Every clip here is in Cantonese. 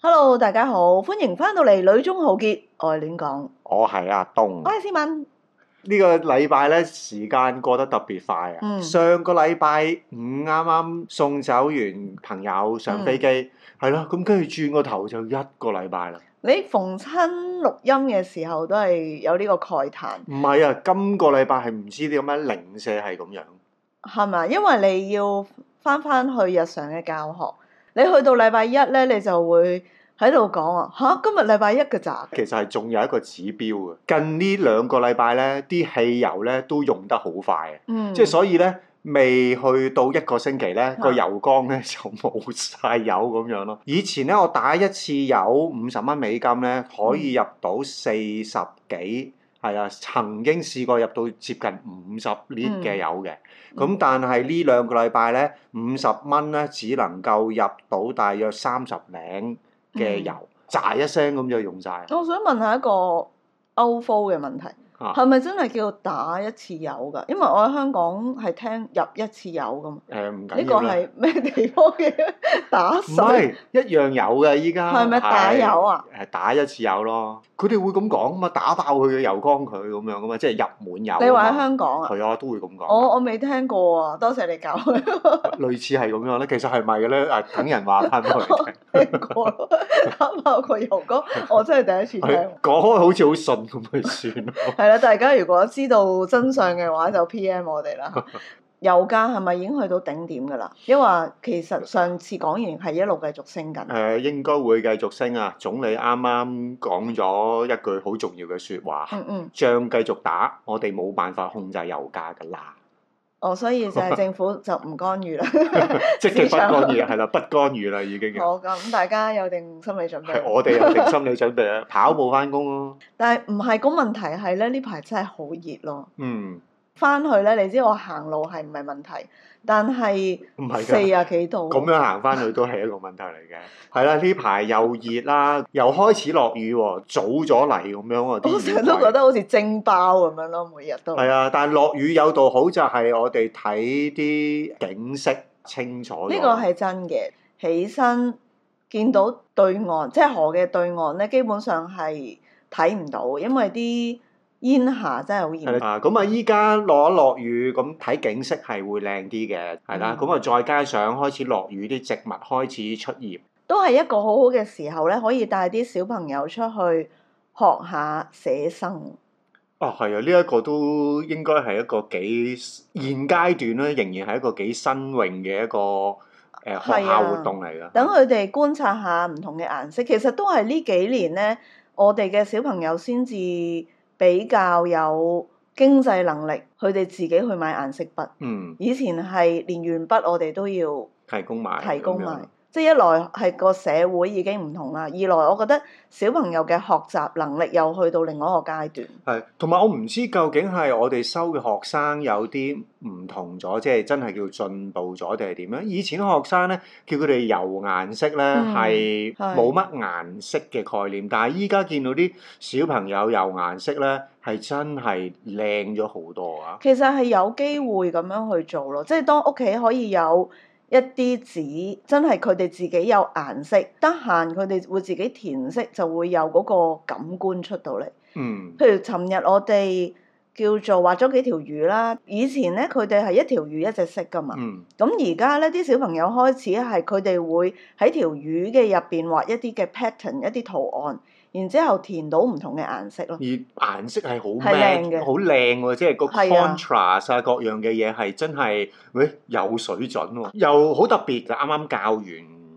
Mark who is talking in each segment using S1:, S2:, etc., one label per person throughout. S1: Hello，大家好，歡迎翻到嚟《女中豪傑》，愛戀講，
S2: 我哦係阿東
S1: 我。係思敏，
S2: 呢個禮拜咧時間過得特別快啊！
S1: 嗯
S2: 上個禮拜五啱啱送走完朋友上飛機，係咯、咁跟住轉個頭就一個禮拜啦。
S1: 你逢親錄音嘅時候都係有呢個慨嘆，
S2: 唔係啊，今個禮拜係唔知點解零舍係咁樣。
S1: 係咪？因為你要翻翻去日常嘅教學，你去到禮拜一咧，你就會喺度講啊，吓今日禮拜一嘅咋？
S2: 其實係仲有一個指標嘅，近呢兩個禮拜咧，啲汽油咧都用得好快啊！
S1: 嗯，
S2: 即係所以咧，未去到一個星期咧，個
S1: 啊
S2: 油缸咧就冇晒油咁樣咯。 以前咧，我打一次油五十蚊美金咧，可以入到
S1: 嗯
S2: 四十幾，係啊，曾經試過入到接近五十 lit 嘅油嘅。咁、
S1: 嗯
S2: 但係呢兩個禮拜咧，五十蚊咧只能夠入到大約三十零嘅
S1: 嗯
S2: 油，喳一聲咁就用晒。
S1: 我想問下一個 outflow 嘅問題，
S2: 啊
S1: 係咪真係叫打一次油㗎？因為我喺香港係聽入一次油㗎嘛，
S2: 誒唔緊
S1: 呢個
S2: 要啦。
S1: 係咩地方嘅 打啊
S2: 唔
S1: 水？
S2: 係一樣有嘅，依家
S1: 係咪打油啊？
S2: 係呃打一次油咯，佢哋會咁講啊嘛，打爆佢嘅油缸佢咁樣噶嘛，即係入滿油啊嘛。
S1: 你話喺香港啊？
S2: 係啊，都會咁講。
S1: 我我未聽過啊，多謝你教 我
S2: 類似係咁樣咧，其實係咪嘅咧？啊，等人話翻俾我哋 聽。
S1: 聽過咯，打爆個油缸， 我真係第一次
S2: 係
S1: 聽。
S2: 講開好似好順咁咪算咯。
S1: 係啦，大家如果知道真相嘅話，就 P.M 我 哋啦。油價係咪已經去到頂點㗎啦？因為其實上次講完係一路繼續升緊
S2: 誒、。應該會繼續升啊！總理啱啱講咗一句好重要嘅説話，
S1: 嗯嗯，
S2: 仗繼續打，我哋冇辦法控制油價㗎 啦。
S1: 哦，所以就 係政府就唔干預啦。
S2: 積極不
S1: 市場
S2: 干預係啦，不干預啦已經 嘅。
S1: 好，咁大家有定心理準
S2: 係
S1: 備。
S2: 我哋有定心理準備啊，跑步翻工咯。
S1: 但係唔係個問題係咧？呢排真係好熱咯。
S2: 嗯，
S1: 翻去咧，你知我行路係唔係問題，但係
S2: 唔係
S1: 四
S2: 㗎。
S1: 啊幾度
S2: 咁樣行翻去都係一個問題嚟 嘅，係啦，呢排又熱啦，又開始落雨喎，早咗嚟咁樣喎。啲
S1: 我
S2: 雨
S1: 成日都
S2: 季
S1: 覺得好似蒸包咁樣咯，每日都。
S2: 係啊，但係落雨有度好就係我哋睇啲景色清楚咗。
S1: 呢個係真
S2: 啊
S1: 嘅。起身見到對岸，即係河嘅對岸咧，基本上係睇唔到，因為啲煙霞真係好
S2: 係
S1: 嚴。
S2: 啦啊，咁啊依家落一落雨，咁睇景色係會靚啲嘅，係啦
S1: 嗯。
S2: 咁啊、再加上開始落雨，啲植物開始出葉，
S1: 都係一個好好嘅時候咧，可以帶啲小朋友出去學下寫生。
S2: 哦，係啊！呢、一個都應該係一個幾現階段咧，仍然係一個幾新穎嘅一個誒、呃、
S1: 係啊
S2: 學校活動嚟㗎。
S1: 等佢哋觀察下唔同嘅顏色，其實都係呢幾年呢，我哋嘅小朋友先至比較有經濟能力，佢哋自己去買顏色筆。
S2: 嗯
S1: 以前係連鉛筆我哋都要
S2: 提供埋
S1: 提供
S2: 咁樣
S1: 埋，即係一來係個社會已經唔同啦，二來我覺得小朋友嘅學習能力又去到另外一個階段。
S2: 係，同埋我唔知究竟係我哋收嘅學生有啲唔同咗，即係真係叫進步咗定係點樣？以前啲學生咧叫佢哋油顏色咧
S1: 嗯
S2: 係
S1: 係
S2: 冇乜顏色嘅概念，但係依家見到啲小朋友油顏色咧係真係靚咗好多啊！
S1: 其實係有機會咁樣去做咯，即係當屋企可以有一啲紙，真係佢哋自己有顏色，得閒佢哋會自己填色，就會有嗰個感官出到嚟。
S2: 嗯，
S1: 譬如尋日我哋叫做畫咗幾條魚啦，以前咧佢哋係一條魚一隻色噶嘛，
S2: 嗯。
S1: 咁而家咧啲小朋友開始係佢哋會喺條魚嘅入邊畫一啲嘅 pattern，一啲圖案，然之後填到唔同嘅顏色咯。
S2: 而顏色係好
S1: 係靚嘅
S2: match 好靚喎，即係個
S1: 係啊
S2: contrast 啊，各樣嘅嘢係真係，喂有水準喎，又好特別嘅。啱啱教完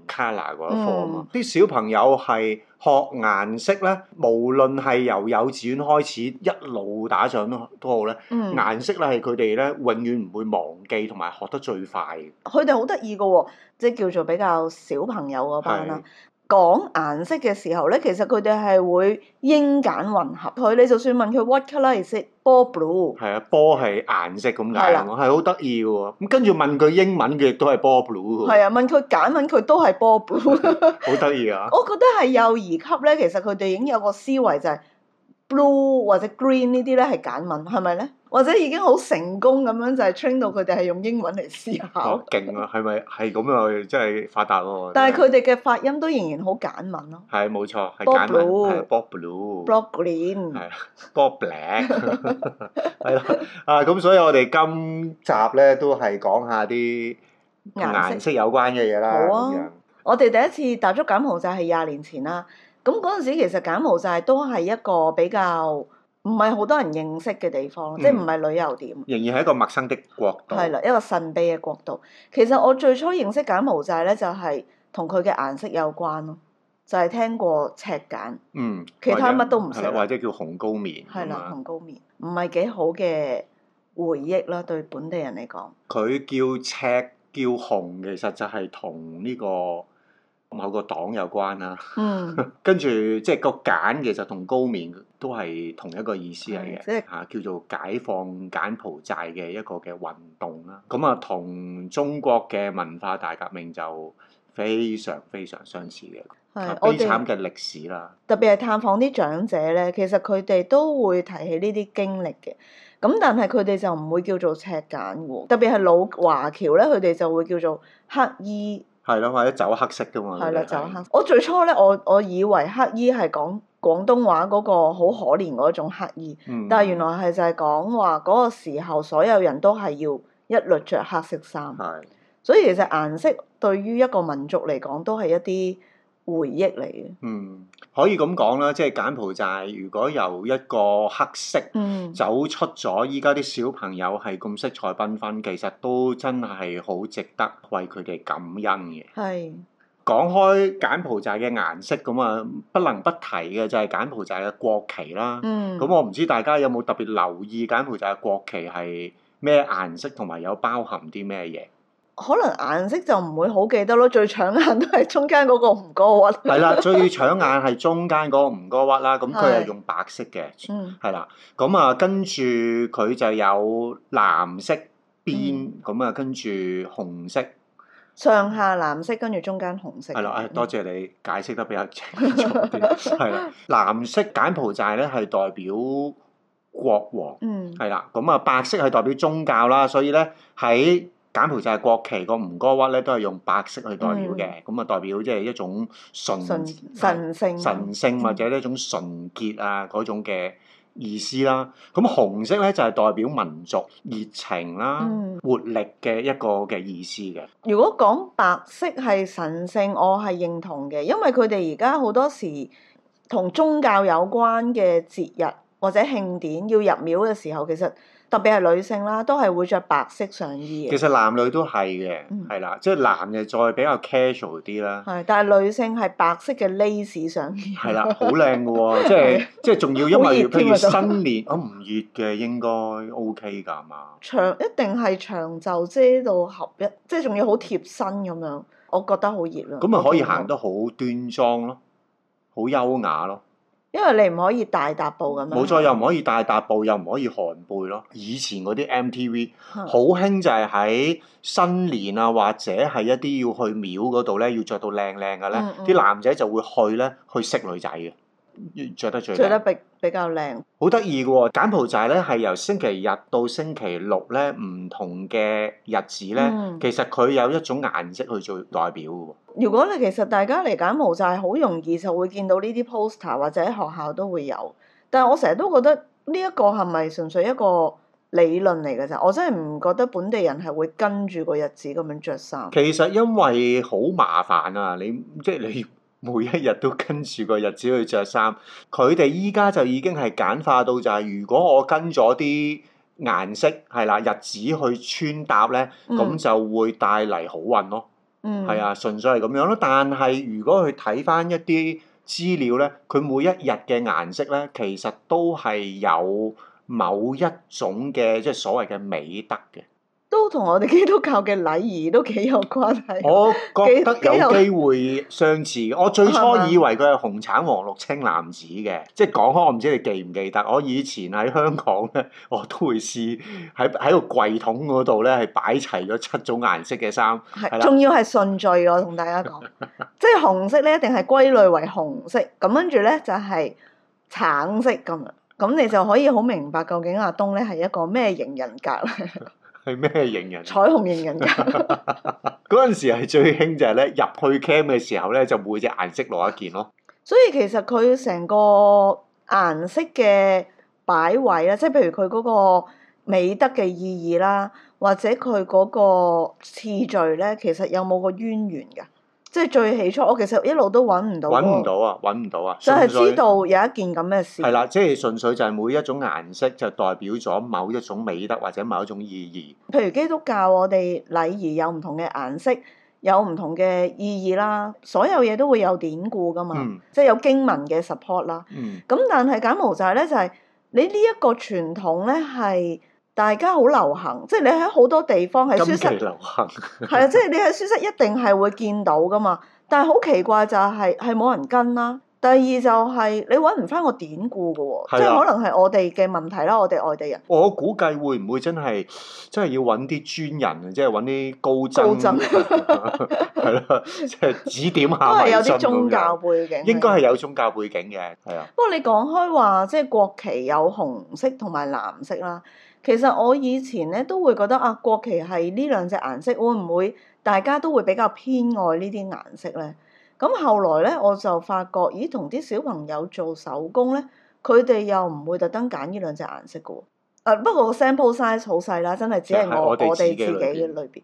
S2: colour 嗰一科啊嘛，啲、小朋友係學顏色咧，無論係由幼稚園開始一路打上都都好咧，
S1: 嗯。
S2: 顏色咧係佢哋咧永遠唔會忘記同埋學得最快嘅。
S1: 佢哋好得意嘅喎，即係叫做比較小朋友嗰班啦
S2: 係。
S1: 講顏色嘅時候咧，其實佢哋係會英簡混合佢。你就算問佢 what colour is it? Ball blue。
S2: 係啊，波係顏色咁
S1: 係
S2: 解
S1: 啦
S2: 啊嘛，係好得意嘅喎。咁跟住問佢英文，佢亦都係 ball blue
S1: 係
S2: 嘅喎，
S1: 啊，問佢簡文佢都係 ball blue。
S2: 好得意啊！
S1: 我覺得係幼兒級咧，其實佢哋已經有個思維就係 blue 或者 green 呢啲咧係簡文，係咪咧？或者已經好成功咁樣就係 train 到佢哋係用英文嚟思考
S2: 哦，，勁啊！係咪係咁啊？真係發達喎！
S1: 但係佢哋嘅發音都仍然好簡文咯。
S2: 係冇錯，係
S1: Bob
S2: 簡文
S1: Blue
S2: 係啊 Bob Blue。
S1: block green
S2: 哦係 Bob Black 係啦，啊咁所以我哋今集咧都係講下啲同
S1: 顏
S2: 顏
S1: 色，
S2: 色有關嘅嘢啦，
S1: 好啊
S2: 咁樣
S1: 我哋第一次踏足柬埔寨係廿年前啦。咁嗰陣時其實柬埔寨都係一個比較唔係好多人認識嘅地方，
S2: 嗯哦
S1: 即係唔係旅遊點。
S2: 仍然係一個陌生的國度。
S1: 係啦，一個神秘嘅國度。其實我最初認識柬埔寨咧，就係同佢嘅顏色有關咯，就係、聽過赤柬，
S2: 嗯，
S1: 其他乜都唔識啊
S2: 係啦或者叫紅高棉
S1: 係
S2: 咁
S1: 啦，
S2: 啊
S1: 紅高棉，唔係幾好嘅回憶啦，對本地人嚟講。
S2: 佢叫赤叫紅，其實就係同呢個某個黨有關啊啦。
S1: 嗯，
S2: 跟住即係個簡其實同高棉都係同一個意思嚟
S1: 係即係
S2: 嘅，嚇叫做解放柬埔寨嘅一個嘅運動啦。咁啊，同中國嘅文化大革命就非常非常相似嘅，
S1: 係
S2: 啊
S1: 我
S2: 悲
S1: 哋
S2: 慘嘅歷史啦。
S1: 特別係探訪啲長者咧，其實佢哋都會提起呢啲經歷嘅。咁但係佢哋就唔會叫做赤柬喎，特別係老華僑咧，佢哋就會叫做黑衣
S2: 係啦，或者走黑色噶嘛，
S1: 係啦，
S2: 佢哋
S1: 就黑。我最初咧，我我以為黑衣係講廣東話嗰個好可憐嗰種黑衣，
S2: 嗯
S1: 但係原來係就係講話嗰個時候所有人都係要一律着黑色衫，
S2: 係
S1: 所以其實顏色對於一個民族嚟講都係一啲回憶嚟嘅。
S2: 嗯，可以咁講啦，即係柬埔寨如果由一個黑色。
S1: 嗯，
S2: 走出咗依家啲小朋友係咁色彩繽紛，其實都真係好值得為佢哋感恩嘅。
S1: 係
S2: 講開柬埔寨嘅顏色咁啊，不能不提嘅就係柬埔寨嘅國旗啦。
S1: 嗯，
S2: 咁、我唔知大家有冇特別留意柬埔寨嘅國旗係咩顏色，同埋有包含啲咩嘢？
S1: 可能顏色就唔會好記得咯， 最搶眼都係中間嗰個啊吳哥窟。
S2: 係啦，最搶眼係中間嗰個吳哥窟啦，咁佢
S1: 係
S2: 係用白色嘅，
S1: 嗯
S2: 係啦。咁啊，跟住佢就有藍色邊，咁啊、跟住紅色。
S1: 上下藍色，跟住中間紅色。
S2: 係啦，誒多謝你解釋得比較清楚啲。係啦，藍色柬埔寨咧係代表國王，
S1: 嗯。
S2: 係啦，咁啊白色係代表宗教啦，所以咧喺柬埔寨國旗個吳哥窟咧都係用白色去代表嘅，咁啊、代表即係一種純
S1: 神神聖啊
S2: 神
S1: 嗯
S2: 聖或者一種純潔啊嗰種嘅意思啦。咁紅色咧就係代表民族熱情啦、
S1: 嗯
S2: 活力嘅一個嘅意思嘅。
S1: 如果講白色係神聖，我係認同嘅，因為佢哋而家好多時同宗教有關嘅節日或者慶典要入廟嘅時候，其實特別係女性啦，都係會着白色上衣
S2: 其
S1: 嘅。
S2: 實男女都係嘅
S1: 嗯，啊
S2: 係啦、即係男嘅再比較 casual 啲啦，
S1: 係，但係女性係白色嘅 lace 上衣。
S2: 係啦，好 靚嘅喎，即係即係仲要因
S1: 好熱
S2: 為譬
S1: 添
S2: 如
S1: 啊都
S2: 新年，我唔熱嘅應該 OK 㗎嘛，
S1: 長一定係長袖遮到合一，即係仲要好貼身咁樣，我覺得好熱啊咯。
S2: 咁咪啊可以行得好端莊咯，好優雅咯，
S1: 因為你唔可以大踏步咁樣。
S2: 冇錯，又唔可以大踏步，又唔可以寒背咯。以前嗰啲 MTV
S1: 係
S2: 好興就係喺新年啊，或者係一啲要去廟嗰度咧，要着到靚靚嘅咧
S1: 嗯嗯，
S2: 啲男仔就會去咧去識女仔嘅，着得最
S1: 着
S2: 靚
S1: 得。比比較靚。
S2: 好得意嘅喎，柬埔寨咧係由星期日到星期六咧唔同嘅日子咧，
S1: 嗯
S2: 其實佢有一種顏色去做代表嘅喎。
S1: 如果你其實大家嚟柬埔寨好容易就會見到呢啲 poster 或者學校都會有，但係我成日都覺得呢一個係咪純粹一個理論嚟嘅咋？我真係唔覺得本地人係會跟住個日子咁樣着衫。
S2: 其實因為好麻煩啊，你即係你 每一日都跟住個日子去着衫，佢哋依家就已經係簡化到就係，如果我跟咗啲顏色係啦日子去穿搭咧，
S1: 嗯
S2: 咁、就會帶嚟好運咯。
S1: 嗯，
S2: 係，啊，純粹係咁樣咯。但係如果去睇翻一啲資料咧，佢每一日嘅顏色咧，其實都係有某一種嘅即係所謂嘅美德嘅。
S1: 都同我哋基督教嘅禮儀都幾有關係。
S2: 我覺得
S1: 幾有
S2: 有機會相似嘅。我最初
S1: 係嘛
S2: 以為佢係紅橙黃綠青藍紫嘅，即係講開我唔知你記唔記得。我以前喺香港咧，我都會試喺 喺個櫃桶嗰度咧係擺齊咗七種顏色嘅衫。係
S1: 係，
S2: 啦
S1: 仲要係順序，我同大家 講，即係紅色咧一定係歸類為紅色，咁跟住咧就係橙色咁樣。咁你就可以好明白究竟阿東咧係一個咩型人格啦，
S2: 係咩型人？
S1: 彩虹型 人格。
S2: 嗰陣時係最興就係咧入去 cam 嘅時候咧，就每隻顏色攞一件咯。
S1: 所以其實佢成個顏色嘅擺位咧，即係譬如佢嗰個美德嘅意義啦，或者佢嗰個次序咧，其實有冇個淵源㗎？即係最起初，我其實一路都揾唔到、
S2: 揾唔，到啊，揾唔到啊，
S1: 就係
S2: 純粹
S1: 知道有一件咁嘅事。
S2: 係啦，即係純粹就係每一種顏色就代表咗某一種美德或者某一種意
S1: 譬如基督教，我哋禮儀有唔同嘅顏色，有唔同嘅意義啦，所有嘢都會有典故㗎
S2: 義。
S1: 嘛，
S2: 嗯
S1: 即係有經文嘅 support 啦。
S2: 嗯，
S1: 咁但係柬埔寨咧，就係、你呢一個傳統咧係大家好流行，即係你喺好多地方喺書
S2: 今期
S1: 室，
S2: 流行
S1: 係啊，即係你喺書室一定係會見到噶嘛。但係好奇怪就係係冇人跟啦。第二就係你揾唔翻個典故嘅喎，
S2: 係
S1: 即
S2: 啦
S1: 係可能係我哋嘅問題啦，我哋外地人。
S2: 我估計會唔會真係真係要揾啲專人，即係揾啲高僧，
S1: 高僧
S2: 係啦，即係指點
S1: 都
S2: 下
S1: 係
S2: 迷
S1: 有
S2: 津
S1: 啲宗
S2: 咁
S1: 教
S2: 樣。
S1: 背景。
S2: 應該係。有宗教背景嘅，係啊，
S1: 不過你講開話，即係國旗有紅色同埋藍色啦。其實我以前咧都會覺得啊，國旗係呢兩隻顏色，會唔會大家都會比較偏愛呢啲顏色咧？咁後來咧，我就發覺，咦，同啲小朋友做手工咧，佢哋又唔會特登揀呢兩隻顏色嘅喎。啊，不過個 sample size 好細啦，真係只係
S2: 就係
S1: 我我
S2: 我哋
S1: 哋
S2: 自
S1: 自己
S2: 己裏
S1: 嘅裏
S2: 邊
S1: 邊。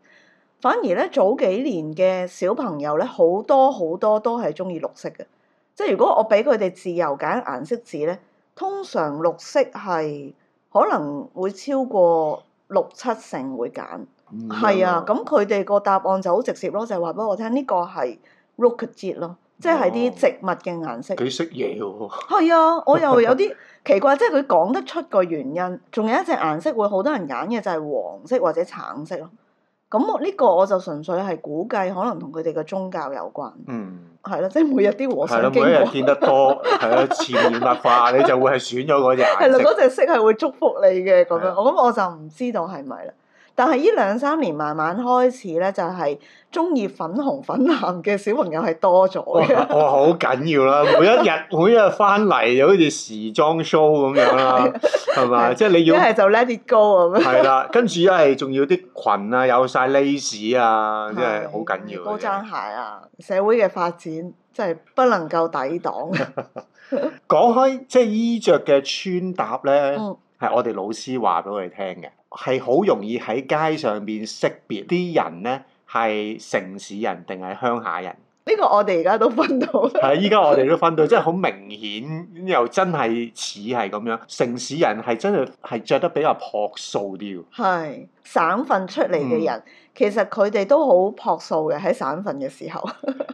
S1: 反而咧，早幾年嘅小朋友咧，好多好多都係中意綠色嘅。即係如果我俾佢哋自由揀顏色紙咧，通常綠色係可能會超過六七成會揀。
S2: 咁樣
S1: 係啊，咁佢哋個答案就好直接咯，就係話俾我聽呢個係 r o c k e t 咯，即係
S2: 哦
S1: 啲植物嘅顏色。
S2: 幾識嘢喎，
S1: 係啊，我又有 啲奇怪，即係佢講得出個原因。仲有一隻顏色會好多人揀嘅就係黃色或者橙色咯。咁我呢個我就純粹係估計，可能同佢哋嘅宗教有關。
S2: 嗯。
S1: 係啦，即係每日啲和
S2: 係啦，
S1: 尚
S2: 每
S1: 經
S2: 一日
S1: 過，
S2: 見得多，係啦，潛移默 化，你就會係選咗嗰隻
S1: 係啦，
S2: 顏色。
S1: 嗰隻色係會祝福你嘅咁
S2: 係
S1: 樣。
S2: 啊
S1: 我咁我就唔知道係咪啦。但係呢兩三年慢慢開始咧，就係中意粉紅粉藍嘅小朋友係多咗
S2: 哇！
S1: 嘅。
S2: 哇好緊要啦，每一日每一日翻嚟就好似時裝 show 咁 樣啦，係嘛？
S1: 係
S2: 即係你
S1: 一
S2: 要
S1: 係就 let it go 咁樣。
S2: 係啦，跟住一係仲要啲裙啊，有晒 lace 啊，真係好緊要
S1: 高
S2: 嘅。
S1: 踭鞋啊，社會嘅發展真係不能夠抵 擋。
S2: 講開即係衣着嘅穿搭咧，
S1: 嗯
S2: 係我哋老師話俾我哋聽嘅，係好容易喺街上邊識別啲人咧係城市人定係鄉下人。
S1: 呢個我哋而家都分 到。
S2: 係，依家我哋都分到，真係好明顯，又真係似係咁樣。城市人係真係係着得比較樸素啲喎。
S1: 係省份出嚟嘅人，
S2: 嗯
S1: 其實佢哋都好樸素嘅喺省份嘅時候，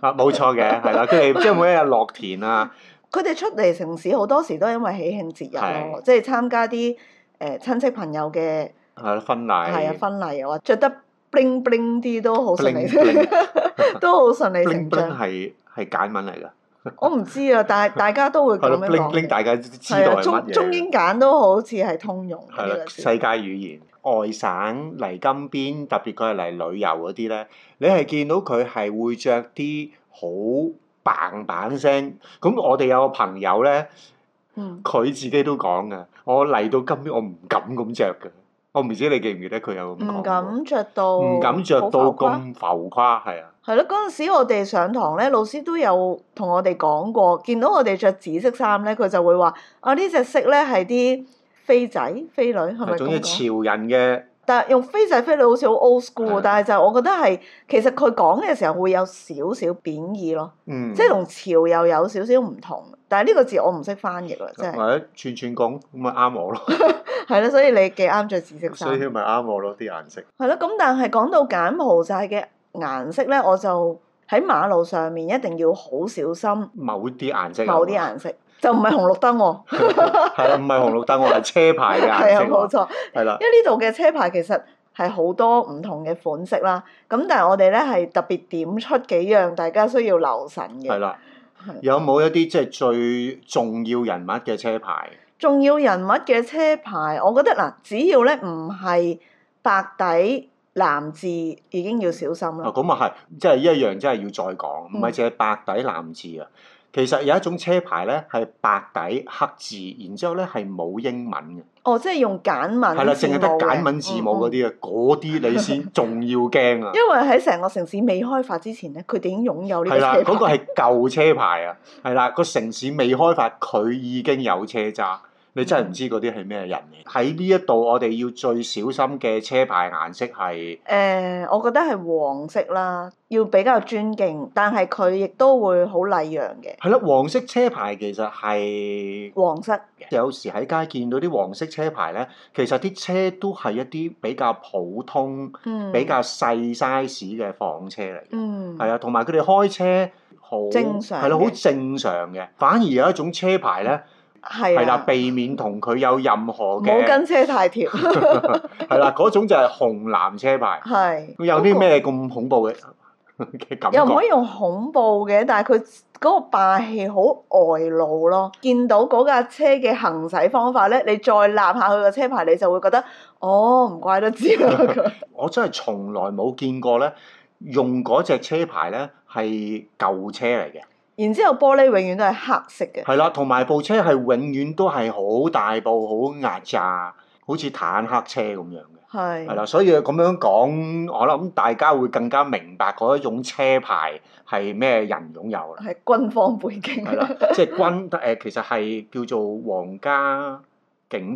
S2: 啊，冇錯嘅，係啦，佢哋即係每一日落田啊，
S1: 佢哋出嚟城市好多時都因為喜慶節日咯，即係參加啲誒、呃、親戚朋友嘅
S2: 係啦，婚
S1: 係啊
S2: 禮，
S1: 婚禮啊，着得 bling bling 啲都好順
S2: bling
S1: 理
S2: bling
S1: 都好順理
S2: bling
S1: 成
S2: bling
S1: 章。
S2: 係係簡文嚟㗎，
S1: 我唔知啊， 但係大家都會
S2: 係
S1: 咁
S2: 咯
S1: 樣
S2: ，bling
S1: 講
S2: bling
S1: 嘅。
S2: 大家都知
S1: 係
S2: 道
S1: 啊，
S2: 係乜
S1: 中中
S2: 嘢
S1: 英。簡都好似係通用嘅
S2: 係
S1: 呢
S2: 啦，
S1: 個字
S2: 世界語言，外省嚟金邊，特別佢係嚟旅遊嗰啲咧，你係見到佢係會着啲好棒棒聲。咁我哋有個朋友咧。
S1: 嗯，
S2: 佢自己都講噶，我嚟到今年我唔敢咁着噶，我唔知你記唔記得佢有咁講過。
S1: 唔敢着到，
S2: 唔敢着到
S1: 好浮誇。
S2: 咁浮誇，係啊，
S1: 係咯，嗰陣時我哋上堂咧，老師都有同我哋講過，見到我哋着紫色衫咧，佢就會話：啊呢隻色咧係啲飛仔飛女係咪
S2: 係總
S1: 咁
S2: 之
S1: 講？
S2: 潮人嘅
S1: 但係用飛仔飛女好似好 old
S2: 係
S1: school，
S2: 啊
S1: 但係就我覺得係其實佢講嘅時候會有少少貶義咯，
S2: 嗯，
S1: 即係同潮又有少少唔同。但係呢個字我唔識翻譯啦，真係
S2: 或者串串工咁咪啱我咯，
S1: 係咯，所以你幾啱着紫色
S2: 所
S1: 衫
S2: 以。咪啱我咯啲顏色。
S1: 係咯，咁但係講到柬埔寨嘅顏色咧，我就喺馬路上面一定要好小心
S2: 某啲顏色啊，
S1: 某啲顏色，就唔係紅綠燈喎、
S2: 係啊啦，唔係紅綠燈，我係車牌 嘅
S1: 係
S2: 顏
S1: 啊，
S2: 色
S1: 冇
S2: 喎，
S1: 錯，
S2: 係啦，
S1: 因為呢度嘅車牌其實係好多唔同嘅款式啦。咁但係我哋咧係特別點出幾樣大家需要留神
S2: 係
S1: 嘅。
S2: 啦
S1: 係，
S2: 有冇一啲即係最重要人物嘅車牌？
S1: 重要人物嘅車牌，我覺得嗱，只要咧唔係白底藍字，已經要小心
S2: 啊，
S1: 啦。
S2: 咁啊係，即係一樣，真係要再講，唔係
S1: 嗯
S2: 淨係白底藍字啊，其實有一種車牌咧係白底黑字，然之後咧係冇英文嘅，
S1: 哦，即係用簡文
S2: 係啦，淨係得
S1: 字母嘅
S2: 簡文字母嗰。
S1: 嗯嗯嗯
S2: 啲啊，嗰啲你先仲要驚啊！
S1: 因為喺成個城市未開發之前咧，佢哋已經擁有呢個
S2: 係啦，
S1: 車牌
S2: 嗰個係舊車牌啊，係啦，個城市未開發，佢已經有車揸，你真係唔知嗰啲係咩人
S1: 嗯
S2: 嚟。喺呢一度，我哋要最小心嘅車牌顏色係
S1: 誒、呃我覺得係黃色啦，要比較尊敬，但係佢亦都會好禮讓嘅。
S2: 係啦，黃色車牌其實係
S1: 黃色，
S2: 有時喺街見到啲黃色車牌咧，其實啲車都係一啲比較普通、
S1: 嗯，
S2: 比較細 size 嘅房車嚟嘅。
S1: 嗯，
S2: 係啊，同埋佢哋開車好
S1: 正常嘅
S2: 係咯，好正常嘅。反而有一種車牌咧，
S1: 係
S2: 係啦，
S1: 啊，
S2: 避免同佢有任何
S1: 唔
S2: 嘅
S1: 好跟車太貼，
S2: 係啦，嗰種就係紅藍車牌。
S1: 係。
S2: 佢有啲咩咁恐怖嘅嘅感
S1: 又唔可以
S2: 覺？
S1: 用恐怖嘅，但係佢嗰個霸氣好外露咯。見到嗰架車嘅行駛方法咧，你再立下佢個車牌，你就會覺得哦，唔怪得知啦。 佢
S2: 我真係從來冇見過咧，用嗰只車牌咧係舊車嚟嘅。
S1: 然之後玻璃永遠都係黑色嘅，
S2: 係啦，同埋部車係永遠都係好大部、好壓榨，好似坦克車咁樣嘅。係
S1: 係
S2: 啦，所以咁樣講，我諗大家會更加明白嗰一種車牌係咩人擁有啦。
S1: 係軍方背景。
S2: 係啦， 即係軍誒、其實係叫做皇家 警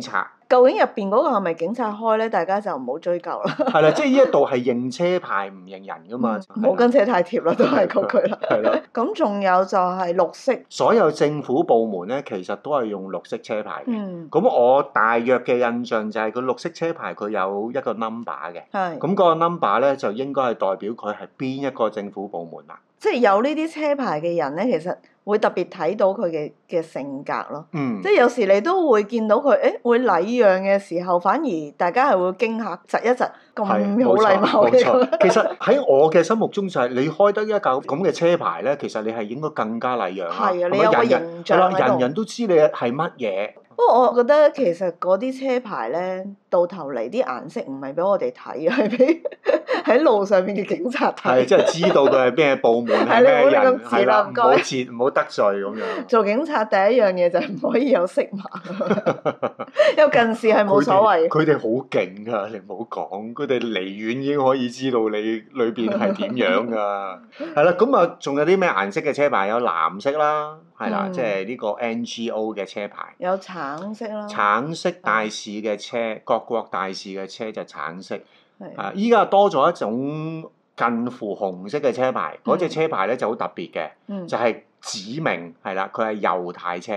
S2: 察。
S1: 究竟入邊嗰個係咪警察開咧？大家就唔好追究啦，
S2: 係啦，即係呢一度係認車牌唔認人噶
S1: 唔
S2: 嘛，
S1: 好跟車太貼啦，都係嗰句啦。
S2: 啊係啦。
S1: 咁仲有就係綠色，
S2: 所有政府部門咧，其實都係用綠色車牌嘅。
S1: 嗯，
S2: 咁、我大約嘅印象就係個綠色車牌佢有一個 number 嘅，
S1: 係，
S2: 咁個 number 咧就應該係代表佢係邊一個政府部門啦。
S1: 即係有呢啲車牌嘅人咧，其實會特別睇到佢嘅嘅性格咯。
S2: 嗯
S1: 即，係有時你都會見到佢，誒會禮讓嘅時候，反而大家係會驚嚇，窒一窒咁好
S2: 係冇
S1: 禮
S2: 錯
S1: 貌
S2: 冇
S1: 嘅
S2: 錯
S1: 咁。。
S2: 其實喺我嘅心目中就係你開得一嚿咁嘅車牌咧，其實你係應該更加禮讓啦。
S1: 係啊，你
S2: 咪
S1: 有個
S2: 人人
S1: 形
S2: 係啦，
S1: 象
S2: 人
S1: 喺
S2: 人
S1: 度。
S2: 都知你係乜嘢。
S1: 不過我覺得其實嗰啲車牌咧，到頭嚟啲顏色唔係俾我哋睇， 係俾喺路上面嘅警察睇。
S2: 係即係知道佢係咩部門
S1: 係
S2: 係
S1: 你
S2: 咩
S1: 唔好亂
S2: 人，
S1: 咁
S2: 係
S1: 指啦
S2: 啦，
S1: 唔
S2: 唔
S1: 該
S2: 好切唔好得罪咁樣。
S1: 做警察第一樣嘢就係唔可以有色盲， 有近視係冇所謂。
S2: 佢哋佢哋好勁噶， 你唔好講，佢哋離遠已經可以知道你裏邊係點樣噶。 係啦，咁啊，仲有啲咩顏色嘅車牌？有藍色啦，係啦，
S1: 嗯
S2: 即係呢個 NGO 嘅車牌。
S1: 有橙色啦，
S2: 橙色大使嘅車，各國大使嘅車就橙色。
S1: 係
S2: 啊，依家多咗一種近乎紅色嘅車牌，嗰只
S1: 嗯
S2: 車牌咧就好特別嘅。
S1: 嗯
S2: 就係指明係啦，佢係右太車，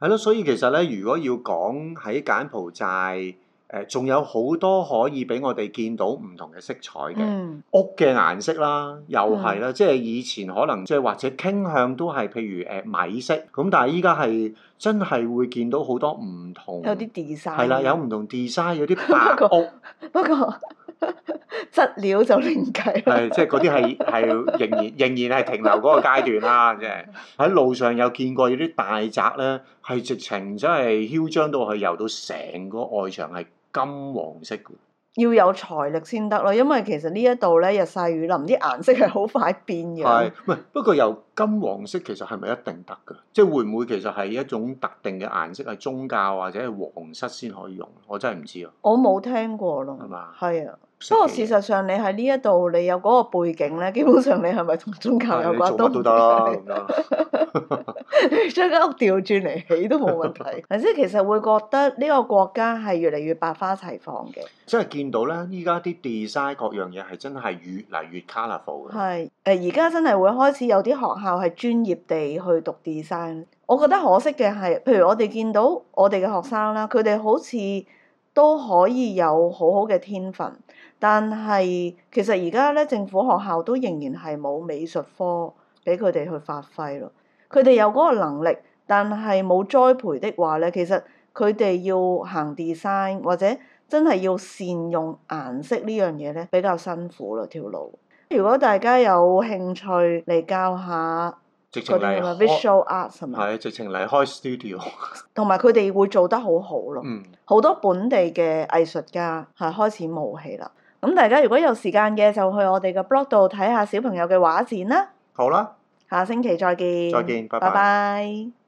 S2: 係咯，所以其實咧，如果要講喺柬埔寨，誒、仲有好多可以俾我哋見到唔同嘅色彩嘅、
S1: 嗯
S2: 屋嘅顏色啦，又係啦，即係以前可能即係或者傾向都係譬如誒、米色，咁但係依家係真係會見到好多唔同，
S1: 有啲 design
S2: 係啦，有唔同 design，有啲白屋，
S1: 不過 質料就另計啦。
S2: 係即係嗰啲係係仍然仍然係停留嗰個階段啦，即係喺路上有見過有啲大宅咧，係直情真係囂張到去由到成個外牆係金黃色嘅，
S1: 要有財力先得咯，因為其實呢一度咧日曬雨淋，啲顏色係好快變
S2: 係
S1: 嘅。
S2: 唔係？不過由金黃色其實係咪一定得㗎？即係會唔會其實係一種特定嘅顏色係宗教或者係皇室先可以用？我真係唔知啊，
S1: 我冇聽過
S2: 係
S1: 咯，
S2: 嘛？
S1: 係啊。
S2: 識
S1: 不過
S2: 嘅
S1: 事
S2: 嘢
S1: 實上，你喺呢一度，你有嗰個背景咧，基本上你係咪同宗教
S2: 係
S1: 有
S2: 你
S1: 關
S2: 做乜
S1: 唔
S2: 都得啦
S1: 係
S2: 咁樣。
S1: 你將間屋調轉嚟起都冇問 題。即係其實會覺得呢個國家係越嚟越百花齊放嘅，
S2: 即係見到咧，依家啲 design 各樣嘢係真係越嚟越 colourful 嘅。
S1: 係誒而家真係會開始有啲學校係專業地去讀 design。我覺得可惜嘅係，譬如我哋見到我哋嘅學生啦，佢哋好似都可以有好好嘅天分，但係其實而家咧政府學校都仍然係冇美術科俾佢哋去發揮咯。佢哋有嗰個能力，但係冇栽培的話咧，其實佢哋要行 design 或者真係要善用顏色呢樣嘢咧，比較辛苦啦條路。如果大家有興趣嚟教下
S2: 直情
S1: 嗰啲
S2: 嚟
S1: 咁嘅
S2: 開，
S1: visual arts 係咪？
S2: 係直情嚟開 studio。
S1: 同埋佢哋會做得好好咯，
S2: 嗯，
S1: 好多本地嘅藝術家係開始冒起啦。咁大家如果有時間嘅，就去我哋嘅 blog 度睇下小朋友嘅畫展啦。
S2: 好啦，
S3: 下星期再見。
S1: 嗯再見拜拜
S3: 拜